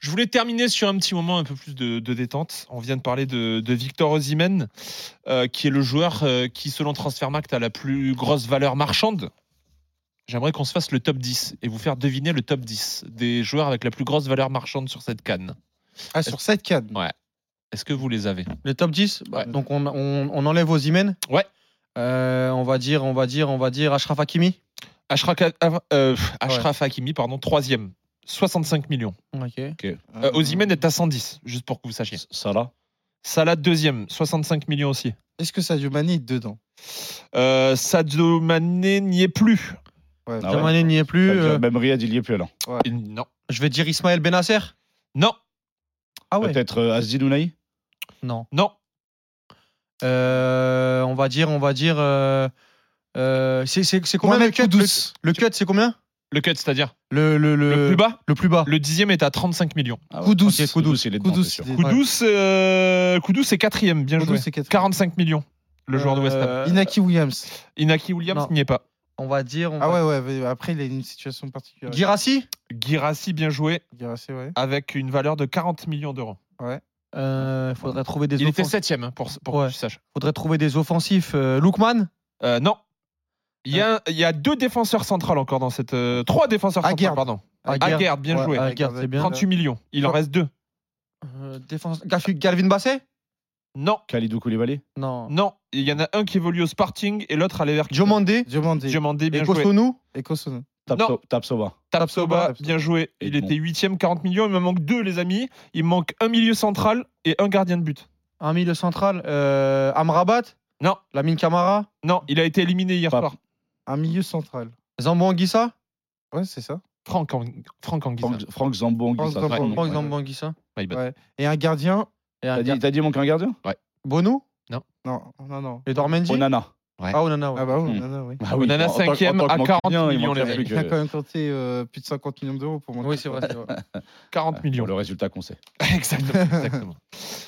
Je voulais terminer sur un petit moment un peu plus de, de détente. On vient de parler de, de Victor Osimhen, euh, qui est le joueur euh, qui, selon Transfermarkt, a la plus grosse valeur marchande. J'aimerais qu'on se fasse le top 10 et vous faire deviner le top 10 des joueurs avec la plus grosse valeur marchande sur cette canne. Ah, sur cette cadre. Ouais. Est-ce que vous les avez Le top 10 Ouais. Donc on, on, on enlève Osimhen Ouais. Euh, on va dire, on va dire, on va dire Ashraf Hakimi. Ashraf, euh, pff, Ashraf Hakimi, pardon, troisième. 65 millions. Ok. Euh, Osimhen est à 110, juste pour que vous sachiez. Ça là Salah, deuxième, 65 millions aussi. Est-ce que Sadio Mané est dedans Euh, Sadio Mané n'y est plus. ouais. Ah Sadio Mané n'y est plus. euh, Même Riyad, il y est plus là. Non. je vais dire Ismaël Benasser. Non, Ah ouais. Peut-être euh, Asdi Nounaï Non. non. Euh, on va dire, on va dire. euh, euh, c'est c'est- c'est combien Mohamed le cut Kudus. Le, le cut, c'est combien Le cut, c'est-à-dire le, le, le, le plus bas. Le plus bas. Le dixième est à 35 millions. Ah ouais. Koudous. Ok, Koudous, il est dedans, Koudous, c'est sûr. il est- ouais. Koudous, euh, Koudous est quatrième, bien Koudous, joué. c'est quatre- 45 millions, le joueur de West Ham. Euh, Inaki Williams. Inaki Williams non. n'y est pas. On va dire. On Ah va- euh, ouais, ouais, mais après, il a une situation particulière. Guirassy Girassi, bien joué, Guirassé, ouais. avec une valeur de 40 millions d'euros. Euh, faudrait trouver des. Il était offens- septième, hein, pour, pour Ouais. que tu saches. Faudrait trouver des offensifs. Euh, Lookman. Euh, non. Il y, a, il y a deux défenseurs centrales encore dans cette. euh, trois défenseurs centrales, Aguerd. pardon. Aguerd. Aguerd, Ah, bien Ouais, joué. Aguerd. Aguerd, c'est bien. 38 millions. Il en reste deux. Euh, défense. Gaf- Galvin Basset Non, Khalidou Koulibaly Non. non. Il y en a un qui évolue au Sporting et l'autre à l'Everkusen. Diomandé Diomandé. Diomandé, bien et joué. Kosonou Et Kosono. Non. Tapso- Tapsoba. Tapsoba, Tapsoba. bien joué. Il Edmond. était 8ème, 40 millions. Il me manque deux, les amis. Il me manque un milieu central et un gardien de but. Un milieu central. Euh, Amrabat Non. Lamine Camara Non, il a été éliminé hier Pas- soir. Un milieu central. Zambo Anguissa Ouais, c'est ça. Franck, Ang- Franck Anguissa. Franck, Franck Zambo Anguissa, Franck ça, Zambo, c'est le nom. Franck Ouais. Zambo Anguissa. My bad. Ouais. Et un gardien. Et T'as un dit, t'as dit, il manque un gardien Bonou Non, non, non. Et Dormendi Onana. Ah, Onana, ouais. Ah bah oui, Hmm. non, non, oui. Onana, en tant- en tant que cinquième, à manquant 40 bien, il millions, manquait les mecs. plus Il a que- quand même compté euh, plus de 50 millions d'euros pour moi. Oui, c'est vrai. c'est vrai. 40 pour millions. le résultat qu'on sait. exactement. exactement.